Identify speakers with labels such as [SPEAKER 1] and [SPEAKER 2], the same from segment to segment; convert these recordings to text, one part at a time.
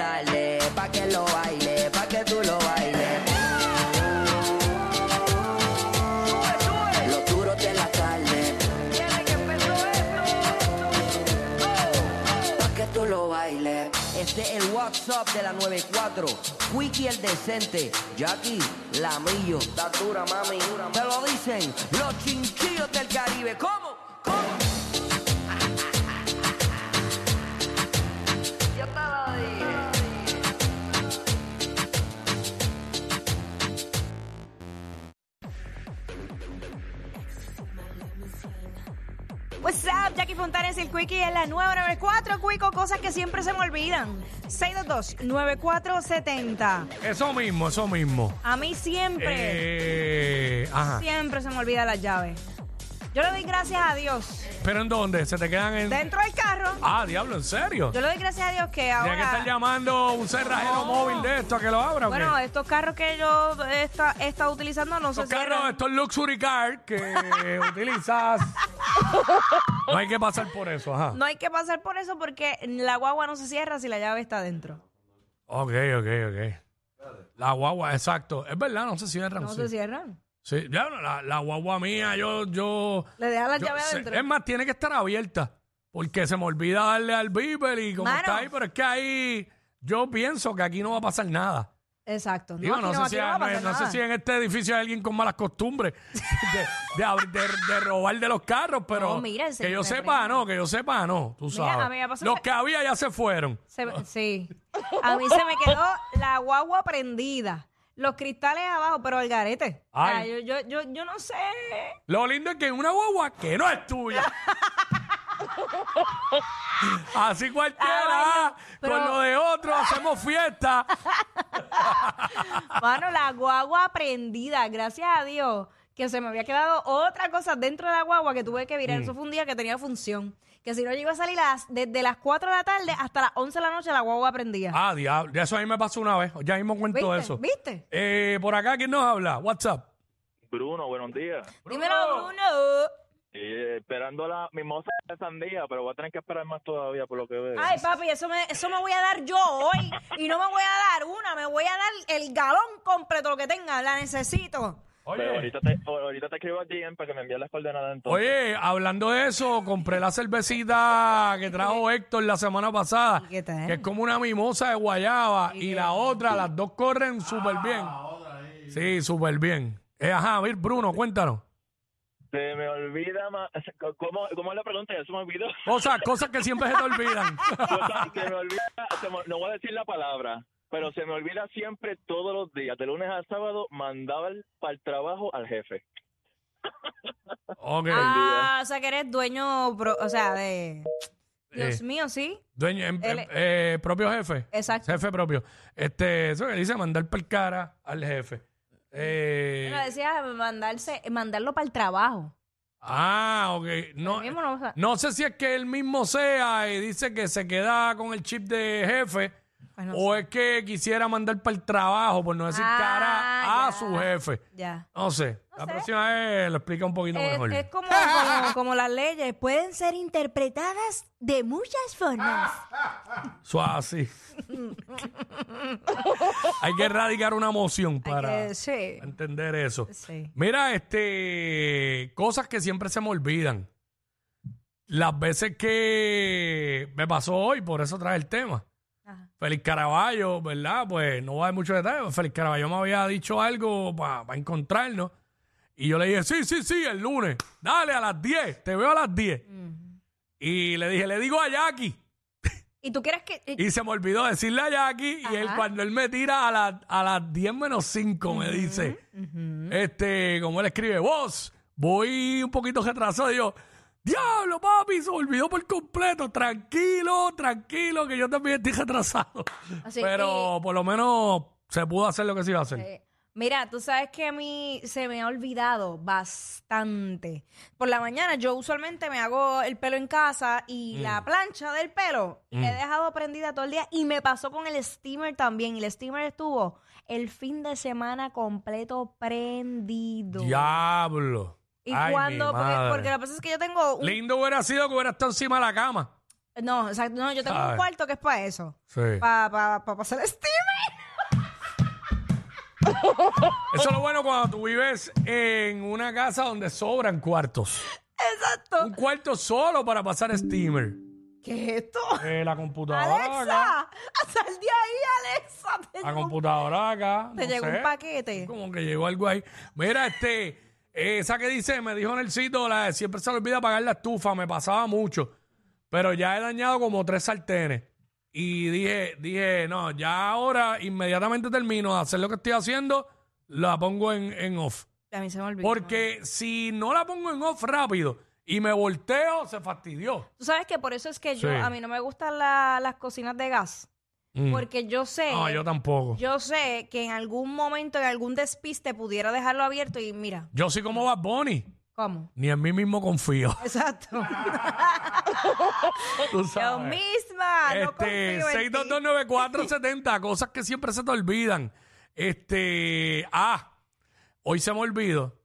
[SPEAKER 1] tarde, pa' que lo baile, pa' que tú lo bailes. Los duros de la tarde, pa' que tú lo bailes. Este es el WhatsApp de la 94. Wiki el decente. Jackie, Lamillo. Está dura, mami. Te lo dicen los chinchillos del Caribe. ¿Cómo? ¿Cómo? Yo te lo dije.
[SPEAKER 2] What's up, Jackie Fontanes y el Quickie en la 994 Cuico, cosas que siempre se me olvidan. 622-9470.
[SPEAKER 3] Eso mismo, eso mismo.
[SPEAKER 2] A mí siempre,
[SPEAKER 3] Eh, ajá.
[SPEAKER 2] siempre se me olvida las llaves. Yo le doy gracias a Dios.
[SPEAKER 3] ¿Pero en dónde? ¿Se te quedan en...?
[SPEAKER 2] Dentro del carro,
[SPEAKER 3] Ah, diablo, ¿en serio?
[SPEAKER 2] yo le doy gracias a Dios que
[SPEAKER 3] Tenía que estar
[SPEAKER 2] ahora...
[SPEAKER 3] llamando un cerrajero
[SPEAKER 2] No.
[SPEAKER 3] móvil de esto a que lo abra. ¿o qué?
[SPEAKER 2] Bueno, estos carros que yo he esta- he estado utilizando no se
[SPEAKER 3] Estos carros,
[SPEAKER 2] cierran.
[SPEAKER 3] estos luxury car que utilizas. No hay que pasar por eso, ajá.
[SPEAKER 2] No hay que pasar por eso porque la guagua no se cierra si la llave está dentro.
[SPEAKER 3] Ok, ok, ok. La guagua, exacto. Es verdad, no se cierran.
[SPEAKER 2] No
[SPEAKER 3] sí.
[SPEAKER 2] se cierran.
[SPEAKER 3] Sí, ya, la, la guagua mía, yo, yo.
[SPEAKER 2] Le deja la
[SPEAKER 3] yo
[SPEAKER 2] llave
[SPEAKER 3] sé-
[SPEAKER 2] adentro.
[SPEAKER 3] es más, tiene que estar abierta. Porque se me olvida darle al beeper y como
[SPEAKER 2] Mano.
[SPEAKER 3] está ahí, pero es que ahí yo pienso que aquí no va a pasar nada.
[SPEAKER 2] Exacto.
[SPEAKER 3] Digo,
[SPEAKER 2] aquí
[SPEAKER 3] no, sé
[SPEAKER 2] aquí
[SPEAKER 3] si,
[SPEAKER 2] va a
[SPEAKER 3] no-
[SPEAKER 2] pasar
[SPEAKER 3] no sé
[SPEAKER 2] nada.
[SPEAKER 3] si en este edificio hay alguien con malas costumbres de, de abrir- de- de robar de los carros, pero
[SPEAKER 2] No, mira, en
[SPEAKER 3] que
[SPEAKER 2] serio,
[SPEAKER 3] yo
[SPEAKER 2] me
[SPEAKER 3] sepa,
[SPEAKER 2] prendo.
[SPEAKER 3] no, que yo sepa, no, tú
[SPEAKER 2] Mira,
[SPEAKER 3] sabes.
[SPEAKER 2] a mí me pasó-
[SPEAKER 3] los que había ya se fueron.
[SPEAKER 2] Se me- sí. A mí se me quedó la guagua prendida. Los cristales abajo, pero el garete. O sea,
[SPEAKER 3] Ay.
[SPEAKER 2] yo, yo, yo, yo no sé.
[SPEAKER 3] Lo lindo es que es una guagua que no es tuya. Así cualquiera,
[SPEAKER 2] Ah, bueno, pero-
[SPEAKER 3] con lo de otro hacemos fiesta.
[SPEAKER 2] Mano, la guagua prendida, gracias a Dios, que se me había quedado otra cosa dentro de la guagua que tuve que
[SPEAKER 3] Mm.
[SPEAKER 2] virar. Eso fue un día que tenía función. Que si no, yo iba a salir las- desde las 4 de la tarde hasta las 11 de la noche, la guagua prendía.
[SPEAKER 3] Ah, diablo, ya eso a mí me pasó una vez, ya mismo cuento
[SPEAKER 2] ¿Viste?
[SPEAKER 3] eso.
[SPEAKER 2] ¿Viste?
[SPEAKER 3] Eh, por acá, ¿quién nos habla? WhatsApp.
[SPEAKER 4] Bruno, buenos días.
[SPEAKER 2] Dímelo, Bruno.
[SPEAKER 4] Eh, esperando la mimosa de sandía, pero voy a tener que esperar más todavía por lo que veo.
[SPEAKER 2] Ay, papi, eso me, eso me voy a dar yo hoy. Y no me voy a dar una, me voy a dar el galón completo, lo que tenga, la necesito.
[SPEAKER 4] pero ahorita te, ahorita te escribo a DM para que me envíes las coordenadas entonces.
[SPEAKER 3] Oye, hablando de eso, compré la cervecita que trajo Héctor la semana pasada,
[SPEAKER 2] ¿Y qué tal?
[SPEAKER 3] que es como una mimosa de guayaba, y la otra, las dos corren súper bien. Sí, súper bien. Eh, ajá, a ver, Bruno, cuéntanos.
[SPEAKER 4] Se me olvida más. ¿Cómo, cómo es la pregunta? Ya se me olvidó.
[SPEAKER 3] Cosas, cosas que siempre se te olvidan.
[SPEAKER 4] Cosa- se me olvida, se me- no voy a decir la palabra, pero se me olvida siempre todos los días. De lunes a sábado mandaba el- para el trabajo al jefe.
[SPEAKER 3] Ok.
[SPEAKER 2] Ah, o sea que eres dueño, pro- o sea, de... Dios
[SPEAKER 3] Eh.
[SPEAKER 2] mío, sí.
[SPEAKER 3] Dueño, em-
[SPEAKER 2] Él
[SPEAKER 3] em-
[SPEAKER 2] es-
[SPEAKER 3] eh, propio jefe.
[SPEAKER 2] Exacto.
[SPEAKER 3] Jefe propio. Este, eso que dice, mandar per cara al jefe. Eh,
[SPEAKER 2] Bueno, decía mandarse, mandarlo para el trabajo.
[SPEAKER 3] ah, ok. No, eh,
[SPEAKER 2] Él mismo no sa-
[SPEAKER 3] no sé si es que él mismo sea y dice que se queda con el chip de jefe
[SPEAKER 2] Ay, no
[SPEAKER 3] o es que quisiera mandar para el trabajo, por no decir
[SPEAKER 2] Ah,
[SPEAKER 3] cara a
[SPEAKER 2] ya.
[SPEAKER 3] su jefe.
[SPEAKER 2] Ya.
[SPEAKER 3] No sé. La próxima vez lo explica un poquito
[SPEAKER 2] Es,
[SPEAKER 3] mejor.
[SPEAKER 2] es como, como, como las leyes, pueden ser interpretadas de muchas formas.
[SPEAKER 3] Suave, sí. Hay que erradicar una moción para
[SPEAKER 2] Eh, sí.
[SPEAKER 3] entender eso.
[SPEAKER 2] Sí.
[SPEAKER 3] Mira, este, cosas que siempre se me olvidan. Las veces que me pasó hoy, por eso trae el tema.
[SPEAKER 2] Ajá.
[SPEAKER 3] Félix Caraballo, ¿verdad? Pues no va a dar mucho detalle. Félix Caraballo me había dicho algo para encontrarnos. Y yo le dije, sí, sí, sí, el lunes. Dale, a las 10. Te veo a las 10. Y le dije, le digo a Jackie.
[SPEAKER 2] ¿Y tú quieres que...?
[SPEAKER 3] Y se me olvidó decirle a Jackie. Y él,
[SPEAKER 2] Ajá.
[SPEAKER 3] cuando él me tira a, la- a las 10 menos 5, me dice, este, como él escribe, vos, voy un poquito retrasado. Y yo, diablo, papi, se me olvidó por completo. Tranquilo, tranquilo, que yo también estoy retrasado.
[SPEAKER 2] Así
[SPEAKER 3] Pero por lo menos se pudo hacer lo que se iba a hacer.
[SPEAKER 2] Eh, Mira, tú sabes que a mí se me ha olvidado bastante. Por la mañana yo usualmente me hago el pelo en casa y
[SPEAKER 3] Mm.
[SPEAKER 2] la plancha del pelo he dejado prendida todo el día y me pasó con el steamer también. Y el steamer estuvo el fin de semana completo prendido.
[SPEAKER 3] Diablo.
[SPEAKER 2] Y
[SPEAKER 3] Ay, mi
[SPEAKER 2] cuando, porque,
[SPEAKER 3] madre.
[SPEAKER 2] porque lo que pasa es que yo tengo un...
[SPEAKER 3] Lindo hubiera sido que hubiera estado encima de la cama.
[SPEAKER 2] No, o sea, no, yo tengo
[SPEAKER 3] Ay.
[SPEAKER 2] un cuarto que es para eso.
[SPEAKER 3] Sí.
[SPEAKER 2] Para pa, pa, pa hacer streaming.
[SPEAKER 3] Eso es lo bueno cuando tú vives en una casa donde sobran cuartos.
[SPEAKER 2] Exacto.
[SPEAKER 3] Un cuarto solo para pasar steamer.
[SPEAKER 2] ¿Qué es esto?
[SPEAKER 3] Eh, la computadora acá.
[SPEAKER 2] Alexa, sal de ahí, Alexa. Te
[SPEAKER 3] La
[SPEAKER 2] llegó un-
[SPEAKER 3] Ah, computadora acá.
[SPEAKER 2] te
[SPEAKER 3] no
[SPEAKER 2] llegó
[SPEAKER 3] sé.
[SPEAKER 2] un paquete.
[SPEAKER 3] Como que llegó algo ahí. Mira, este, esa que dice, me dijo en el sitio, la de siempre se le olvida apagar la estufa, me pasaba mucho. Pero ya he dañado como tres sartenes. Y dije, dije, no, ya ahora inmediatamente termino de hacer lo que estoy haciendo, la pongo en, en off.
[SPEAKER 2] A mí se me olvidó.
[SPEAKER 3] Porque si no la pongo en off rápido y me volteo, se fastidió.
[SPEAKER 2] Tú sabes que por eso es que yo,
[SPEAKER 3] Sí.
[SPEAKER 2] a mí no me gustan la- las cocinas de gas.
[SPEAKER 3] Mm.
[SPEAKER 2] Porque yo sé,
[SPEAKER 3] No, yo tampoco. Yo,
[SPEAKER 2] yo sé que en algún momento, en algún despiste, pudiera dejarlo abierto y mira,
[SPEAKER 3] soy como Bad Bunny,
[SPEAKER 2] ¿cómo?
[SPEAKER 3] ni en mí mismo confío.
[SPEAKER 2] Exacto.
[SPEAKER 3] Tú
[SPEAKER 2] yo
[SPEAKER 3] sabes.
[SPEAKER 2] misma. no
[SPEAKER 3] Este,
[SPEAKER 2] confío en ti.
[SPEAKER 3] 6229470, cosas que siempre se te olvidan. Este, ah, hoy se me olvidó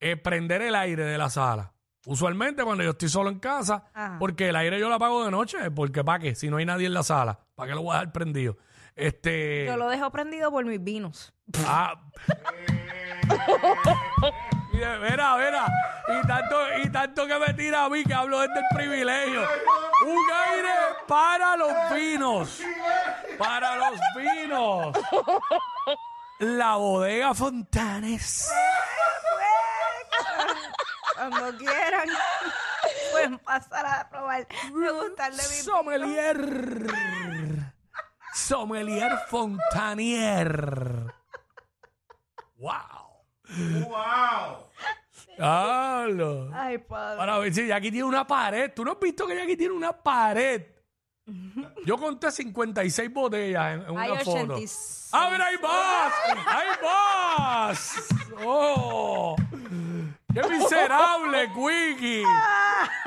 [SPEAKER 3] eh, prender el aire de la sala. Usualmente cuando yo estoy solo en casa,
[SPEAKER 2] Ajá.
[SPEAKER 3] porque el aire yo lo apago de noche, porque ¿para qué? Si no hay nadie en la sala, ¿para qué lo voy a dejar prendido? Este,
[SPEAKER 2] Yo lo dejo prendido por mis vinos.
[SPEAKER 3] ah, mira, mira, mira, y tanto, y tanto que me tira a mí que hablo desde el privilegio. Un aire para los vinos. Para los vinos. La bodega Fontanes.
[SPEAKER 2] Cuando quieran, pueden Pues, pasar a probar. Me gustan de mis
[SPEAKER 3] Sommelier. Sommelier Fontanier. Wow. Wow.
[SPEAKER 2] Ay, padre.
[SPEAKER 3] Para ver si Jackie tiene una pared. ¿Tú no has visto que Jackie tiene una pared? Yo conté 56 botellas en, en una
[SPEAKER 2] Hay
[SPEAKER 3] foto.
[SPEAKER 2] 86.
[SPEAKER 3] ¡Ah, mira, hay más! ¡Hay más! ¡Oh! ¡Qué miserable, Quickie!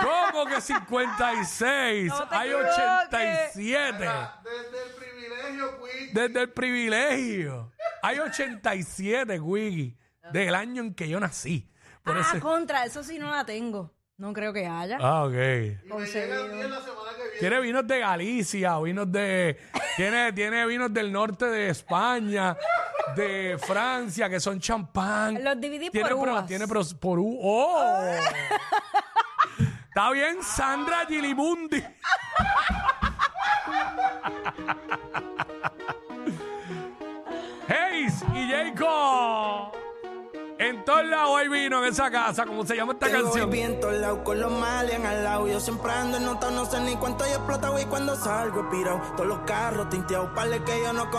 [SPEAKER 3] ¿Cómo que 56?
[SPEAKER 2] No te
[SPEAKER 3] hay
[SPEAKER 2] equivoques.
[SPEAKER 3] 87.
[SPEAKER 5] Desde el privilegio, Quick.
[SPEAKER 3] Desde el privilegio. Hay 87, Quickie, del año en que yo nací. Por
[SPEAKER 2] Ah,
[SPEAKER 3] eso-
[SPEAKER 2] contra, eso sí no la tengo. No creo que haya.
[SPEAKER 3] Ah, ok.
[SPEAKER 5] Y me llega a 10 la semana que viene.
[SPEAKER 3] Tiene vinos de Galicia, vinos de. Tiene, tiene vinos del norte de España, de Francia, que son champán.
[SPEAKER 2] Los dividí
[SPEAKER 3] tiene
[SPEAKER 2] por
[SPEAKER 3] pro-
[SPEAKER 2] uvas.
[SPEAKER 3] Tiene pros- por u- ¡Oh! Está bien, Sandra Gilimundi. Hayes y Jacob. En todos lados hay vino en esa casa, como se llama esta
[SPEAKER 6] Te
[SPEAKER 3] canción.
[SPEAKER 6] voy bien lado con los malen al lado. Yo siempre ando en notado, no sé ni cuánto he explotado. Y cuando salgo he pirado, todos los carros tinteados. Pale que yo no conozco.